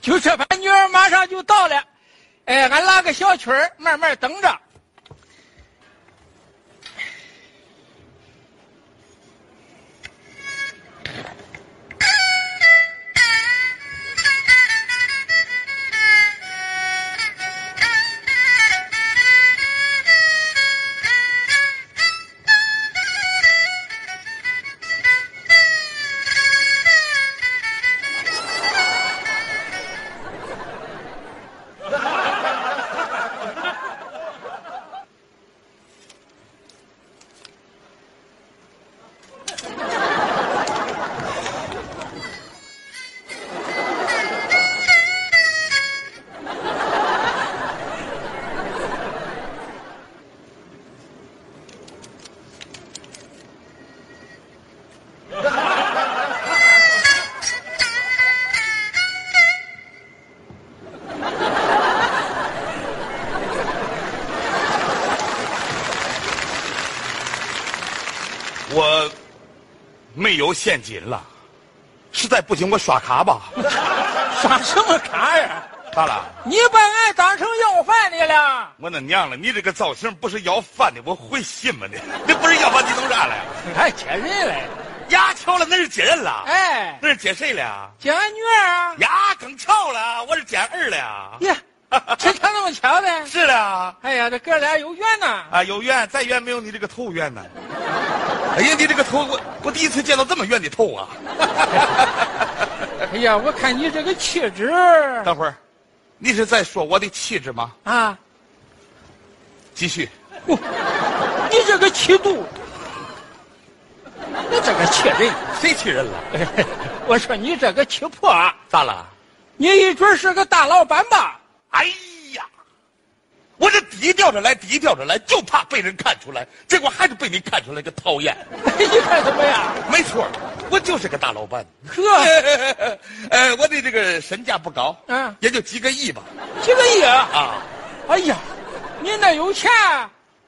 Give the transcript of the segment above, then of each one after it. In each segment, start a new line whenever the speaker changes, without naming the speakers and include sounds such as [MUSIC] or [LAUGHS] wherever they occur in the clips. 就这班女儿马上就到了，哎，俺拉个小曲儿，慢慢等着。
我没有现金了，实在不行我刷卡吧。
耍什么卡呀？
咋了？
你把俺当成要饭的了？
我那娘了，你这个造型不是要饭的，我会信吗你？你不是要饭，你弄啥来？
还接人了？
牙翘了，那是接人了。
哎，
那是接谁了？
接俺女儿啊？
牙更翘了，我是接二了。
呀，这咋那么巧呢？
是的。
哎呀，这哥俩有缘呐！
啊，有缘，再缘没有你这个头缘呐。哎呀，你这个头，我我第一次见到这么圆的
[LAUGHS]
头啊！
哎呀，我看你这个气质
等会儿，你是在说我的气质吗？
啊，
继续，
哦你这个气度，你这个气人。
谁气人了？
[LAUGHS] 我说你这个气魄，啊
咋了？
你一准是个大老板吧？ [LAUGHS]
哎呀，我这低调着来，低调着来，就怕被人看出来，结果还是被你看出来，个讨厌。
你看怎么样？
没错，我就是个大老板。 [LAUGHS]
呵，
呃，我的这个身价不高，
嗯
也就几个亿吧。
这个亿啊！
啊，
哎呀，你那有钱，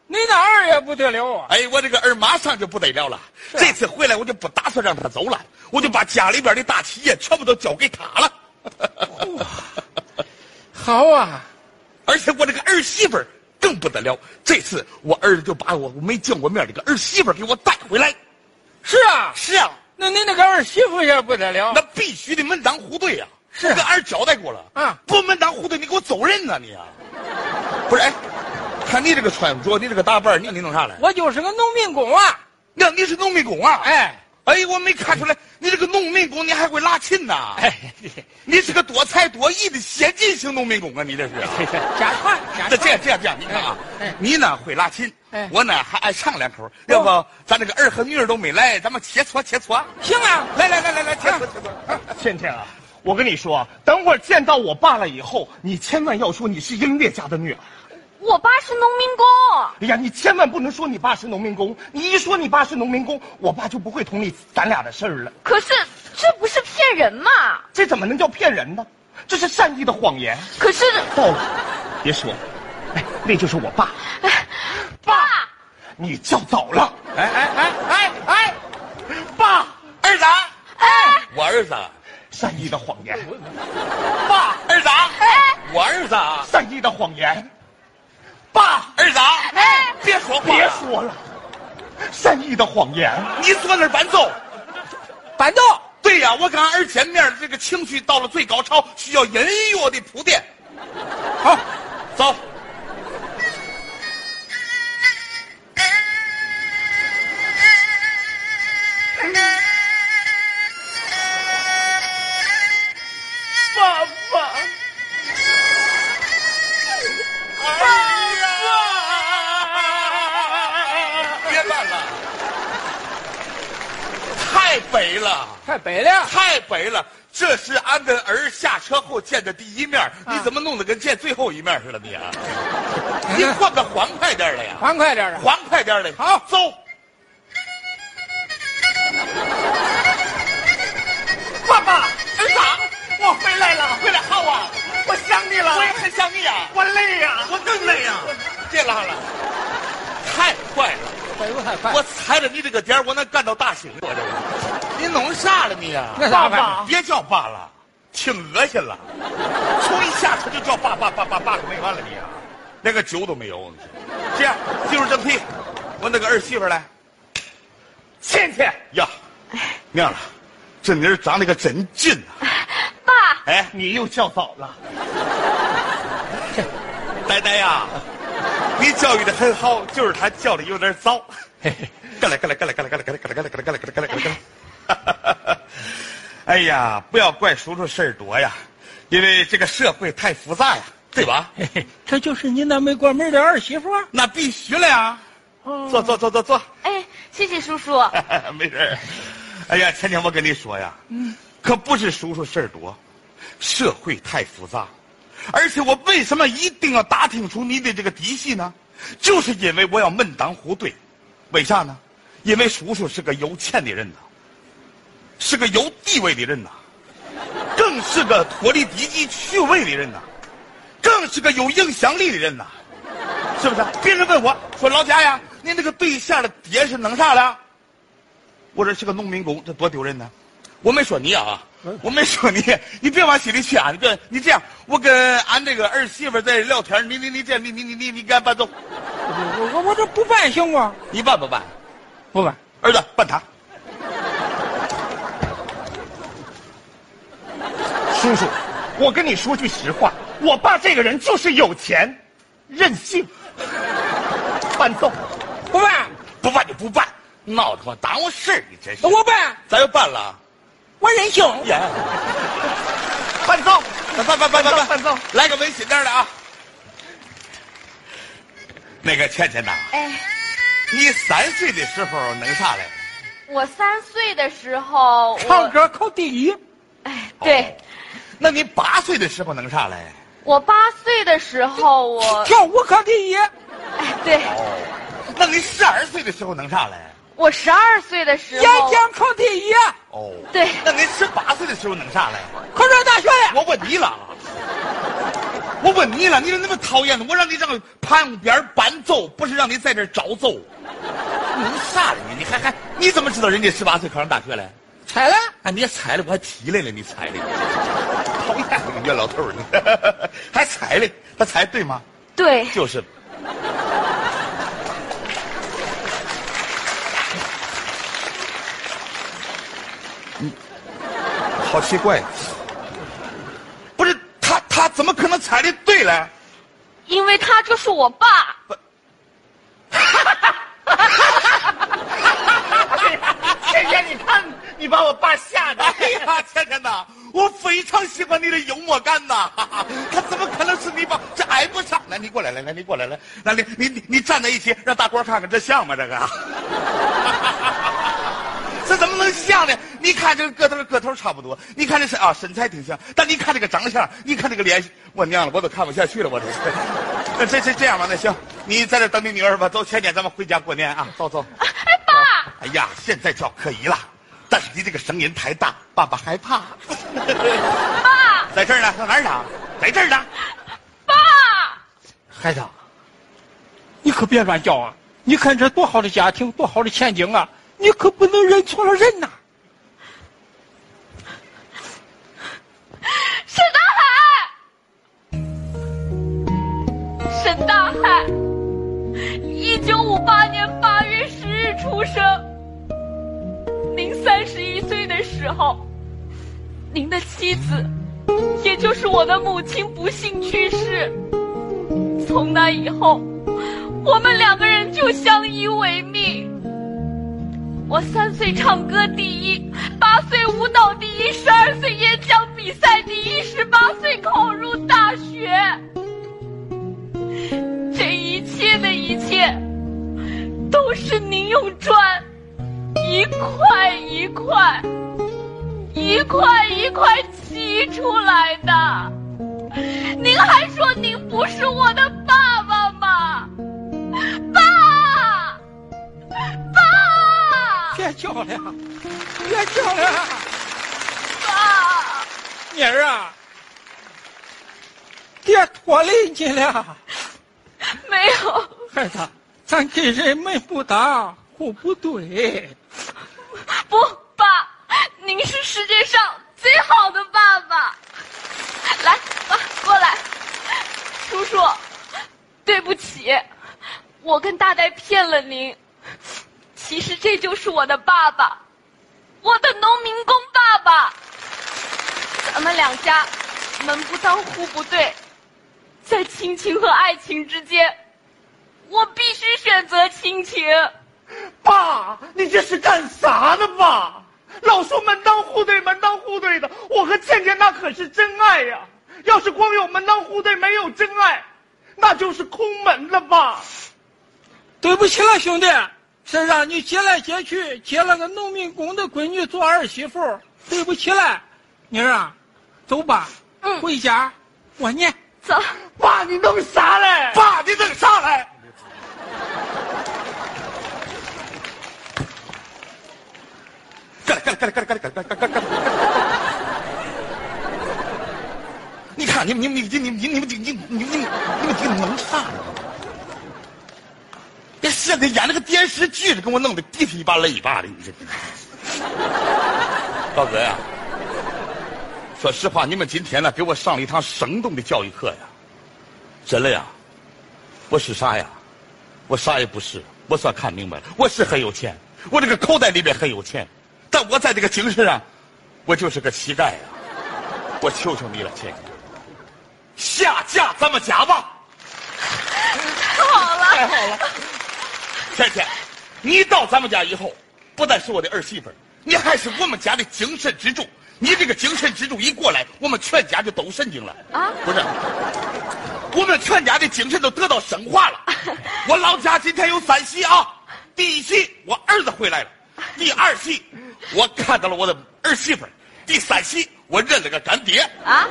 你那二也不得了啊！
哎，我这个儿马上就不得了了。
啊
这次回来我就不打算让他走了，我就把家里边的大企业全部都交给他了。 [LAUGHS]
好啊，
而且我这个儿媳妇儿更不得了，这次我儿子就把我没见过面这个儿媳妇儿给我带回来。
是啊，
是啊，
那你那个儿媳妇也不得了
那。必须得门当户对啊呀、
是啊
我跟俺交代过了，
嗯
不门当户对，你给我走人呐、你啊！不是，哎，看你这个穿着，你这个打扮，你你弄啥来？
我就是个农民工啊！
那你是农民工啊？哎，
哎
哎，我没看出来，你这个农民工你还会拉琴呐、
哎，你
你是个多才多艺的先进型农民工啊，你这是、啊。
哎假
[LAUGHS]
串假
这这
串
样这样这样，你看啊
哎哎，
你呢会拉琴
哎，哦
我呢还爱唱两口。要不咱这个儿和女儿都没来，咱们切磋切磋。
行啊！
来来来来来，切磋切磋。
倩倩啊，我跟你说啊，等会儿见到我爸了以后，你千万要说你是英烈家的女儿。
我爸是农民工，
哎呀，你千万不能说你爸是农民工，你一说你爸是农民工，我爸就不会同意咱俩的事儿了。
可是这不是骗人嘛？
这怎么能叫骗人呢？这是善意的谎言。
可是，
到了，别说了，哎，那就是我爸，
哎爸，
你叫早了，
哎哎哎哎哎，
爸，
儿子，啊
哎
我儿子，啊
善意的谎言，
爸，儿子，啊
哎
我儿子，啊
善意的谎言，爸，
儿子，啊
哎，
别说话
别
了，
说了，善意的谎言，
你坐那儿伴奏。
板凳，
对呀，我跟俺儿见面，这个情绪到了最高潮，需要音乐的铺垫。
好，
走。
爸爸。
哎别办了，太北了，
太白了。
太北了。这是俺跟儿下车后见的第一面，
啊
你怎么弄得跟见最后一面似的？你
[LAUGHS]
啊，你换个欢快点儿的呀，
还快点儿啊！
欢快点儿的。
好
走。
[LAUGHS] 爸爸，
儿子，
我回来了，
回来好啊，
我想你了
我也很想你啊，
我累呀、
我更累呀。
[LAUGHS]
别拉了，太快了。
快有害怕
我踩着你这个点儿我能干到大兴，我这个，你弄啥了你呀、
那咋
爸
办？
爸，
别叫爸了，挺恶心了，说一下车就叫爸爸爸爸爸个没完了你啊，连个酒都没有。这样进入正题，我那个儿媳妇来
倩倩，
呀，娘了，这妮儿长得可真俊呐、
爸，
哎，
你又叫早了。
呆呆呀，你教育的很好，就是他教的有点早。干来干来干来干来干来干来干来干来干来干来干来干来干来。 [LAUGHS] 哎呀，不要怪叔叔事儿多呀，因为这个社会太复杂呀，对吧？
嘿嘿，这就是您那没关门的儿媳妇啊儿。
那必须了呀。坐坐坐坐坐，
哎，谢谢叔叔。
[LAUGHS] 没事儿。哎呀，倩倩，我跟你说呀，可不是叔叔事儿多，社会太复杂，而且我为什么一定要打听出你的这个底细呢？就是因为我要门当户对，为啥呢？因为叔叔是个有钱的人呐，是个有地位的人呐，更是个脱离低级趣味的人呐，更是个有影响力的人呐，是不是？别人问我说老贾呀，您这个对象的爹是弄啥的？我这是个农民工，这多丢人呢！我没说你啊，我没说你，你别往心里去啊！你别，你这样，我跟俺这个儿媳妇在聊天，你你你这样，你你你你你该搬走，
我我我这不办行吗？
你办不办？
不办。
儿子，办他。
叔叔，我跟你说句实话，我爸这个人就是有钱，任性，犯揍。
不办，
不办就不办，闹得我耽误事儿，你真是。
我办，
咱又办了，
我任性。
耶！
伴奏，
办办办办
伴奏，
来个温馨点的啊！那个倩倩呐，
哎，
你三岁的时候弄啥来？
我三岁的时候，
唱
我
歌考第一，
哎，对，
那你八岁的时候弄啥来？
我八岁的时候，我
跳舞考第一，
哎，对
哦，那你十二岁的时候弄啥来？
我十二岁的时
演
候，
讲考第一，
哦，
对
那您十八岁的时候弄啥来？
考上大学了。
我问你了，啊我问你了，你怎么那么讨厌呢？我让你让旁边伴奏，不是让你在这儿找奏。你啥人你？你还还你怎么知道人家十八岁考上大学来？
踩了，
啊，你也踩了，我还提来了，你踩了，讨厌你个冤老头儿，你 [LAUGHS] 还踩了，他踩对吗？
对，
就是。嗯，好奇怪，不是他他怎么可能踩的对嘞？
因为他就是我爸。
倩倩，你看你把我爸吓的。
哎呀，倩倩呐，我非常喜欢你的幽默感呐！哈哈他怎么可能是你吧？这挨不上。来，你过来，来来，你过来，来，来，你你你你站在一起，让大伙儿看看，这像吗？这个， [LAUGHS] 这怎么能像呢？你看这个个头儿个头儿差不多，你看这身啊身材挺像，但你看这个长相，你看这个脸，我娘了，我都看不下去了，我这。 [LAUGHS] 那这这这样吧，那行，你在这等你女儿吧。走，倩倩，咱们回家过年啊，走走。
哎，爸，
哎呀，现在叫可以了，但是你这个声音太大，爸爸害怕。
爸，
在这儿呢，上哪儿呢？在这儿呢。
爸。
孩子，你可别乱叫啊！你看这多好的家庭，多好的前景啊！你可不能认错了人呐！
沈大海，沈大海，一九五八年八月十日出生。您三十一岁的时候，您的妻子，也就是我的母亲，不幸去世。从那以后，我们两个人就相依为命。我三岁唱歌第一，八岁舞蹈第一，十二岁演讲比赛第一，十八岁考入大学。这一切的一切，都是您用砖一块一块、一块一块砌出来的。您还说您不是我的爸爸吗？爸，爸。
别叫了，别叫了，
爸，
妮儿啊，爹拖累你了。
[LAUGHS] 没有，
孩子，咱跟人门不搭户不对。
不，爸，您是世界上最好的爸爸。不起，我跟大呆骗了您。其实这就是我的爸爸，我的农民工爸爸。咱们两家门不当户不对，在亲情和爱情之间，我必须选择亲情。
爸，你这是干啥呢？爸，老说门当户对，门当户对的，我和倩倩那可是真爱呀、要是光有门当户对，没有真爱，那就是空门了吧？
对不起了，兄弟，是让你结来结去，结了个农民工的闺女做儿媳妇，对不起了，妮儿啊，走吧，
嗯
回家过年。
走，
爸，你弄啥嘞？
爸，你等上来。干了干了干了干了干了干了干了干了干了！你看你们你们你们你们你们你们你们你们你们几个能唱？别是的，演那个电视剧的，给我弄的地一把泪一把的，你这。道哥呀、说实话，你们今天呢给我上了一堂生动的教育课呀，真了呀，我是啥呀？我啥也不是，我算看明白了，我是很有钱，我这个口袋里面很有钱，但我在这个精神上，我就是个乞丐呀、我求求你了，亲，下架咱们家吧，
太好了，
倩倩，你到咱们家以后，不但是我的儿媳妇儿，你还是我们家的精神支柱。你这个精神支柱一过来，我们全家就都神经了。
啊！
不是，我们全家的精神都得到升华了。我老家今天有三喜啊，第一喜我儿子回来了，第二喜我看到了我的儿媳妇儿，第三喜我认了个干爹，
啊，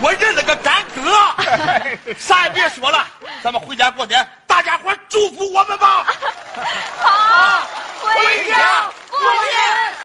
我认了个干哥。啥也别说了，咱们回家过年，